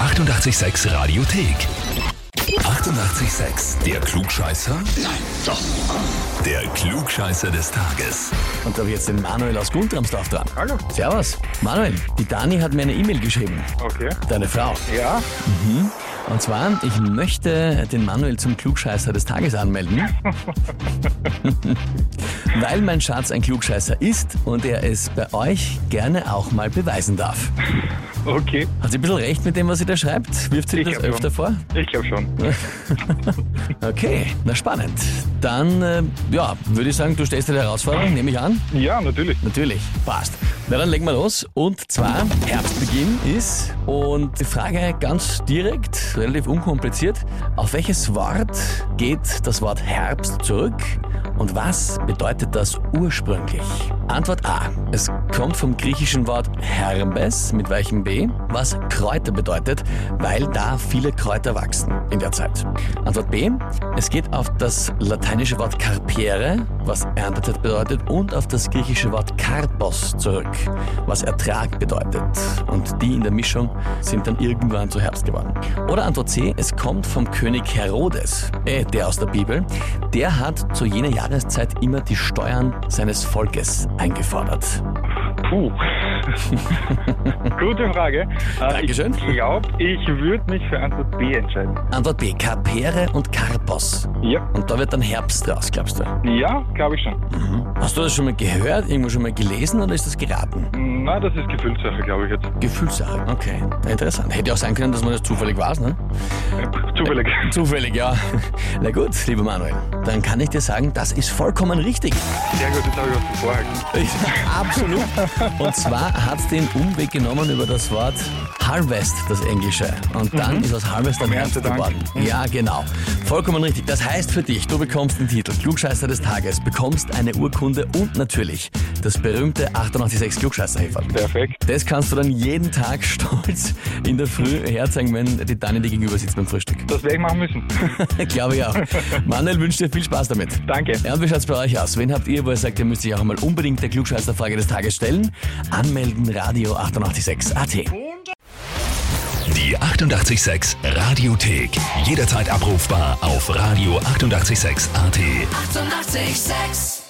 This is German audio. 886 Radiothek. 88,6. Der Klugscheißer? Nein, doch. Der Klugscheißer des Tages. Und da habe ich jetzt den Manuel aus Guntramsdorf dran. Hallo. Servus. Manuel, die Dani hat mir eine E-Mail geschrieben. Okay. Deine Frau. Ja, Und zwar, ich möchte den Manuel zum Klugscheißer des Tages anmelden. weil mein Schatz ein Klugscheißer ist und er es bei euch gerne auch mal beweisen darf. okay. Hat sie ein bisschen recht mit dem, was sie da schreibt? Wirft sie Ich das glaub schon. öfter vor? Ich glaube schon. Okay, na spannend. Dann, äh, ja, würde ich sagen, du stellst dir die Herausforderung, nehme ich an. Ja, natürlich. Natürlich, passt. Na dann legen wir los. Und zwar, Herbstbeginn ist, und die Frage ganz direkt, relativ unkompliziert, auf welches Wort geht das Wort Herbst zurück und was bedeutet das ursprünglich? Antwort A. Es kommt vom griechischen Wort Hermes mit weichem B, was Kräuter bedeutet, weil da viele Kräuter wachsen in der Zeit. Antwort B. Es geht auf das lateinische Wort carpere, was Erntezeit bedeutet, und auf das griechische Wort karpos zurück, was Ertrag bedeutet. Und die in der Mischung sind dann irgendwann zu Herbst geworden. Oder Antwort C. Es kommt vom König Herodes, äh, der aus der Bibel. Der hat zu jener Jahreszeit immer die Steuern seines Volkes eingefordert. Puh. Gute Frage. Äh, Dankeschön. Ich glaube, ich würde mich für Antwort B entscheiden. Antwort B. Carpere und karpos. Ja. Und da wird dann Herbst draus, glaubst du? Ja, glaube ich schon. Hast du das schon mal gehört, irgendwo schon mal gelesen oder ist das geraten? Na, das ist Gefühlssache, glaube ich jetzt. Gefühlssache. Okay, interessant. Hätte auch sein können, dass man das zufällig war, ne? Zufällig. Zufällig, ja. Na gut, lieber Manuel, dann kann ich dir sagen, das ist vollkommen richtig. Sehr gut, jetzt habe ich was zum Vorhaken. Absolut. Und zwar hat es den Umweg genommen über das Wort Harvest, das Englische. Und dann ist aus Harvest dann Herbst Erntedank. geworden. Ja, genau. Vollkommen richtig. Das heißt für dich, du bekommst den Titel Klugscheißer des Tages, bekommst eine Urkunde und natürlich das berühmte 886 Klugscheißerheferl. Perfekt. Das kannst du dann jeden Tag stolz in der Früh herzeigen, wenn die Dani dir gegenüber sitzt beim Frühstück. Das werde ich machen müssen. Glaube ich auch. Manuel wünscht dir viel Spaß damit. Danke. Ja, und wie schaut's bei euch aus? Wen habt ihr, wo ihr sagt, ihr müsst euch auch einmal unbedingt der Klugscheißerfrage des Tages stellen? Anmelden, Radio 886 AT. Die 88,6 Radiothek. Jederzeit abrufbar auf radio886.at. 88,6. Eighty-eight, sex.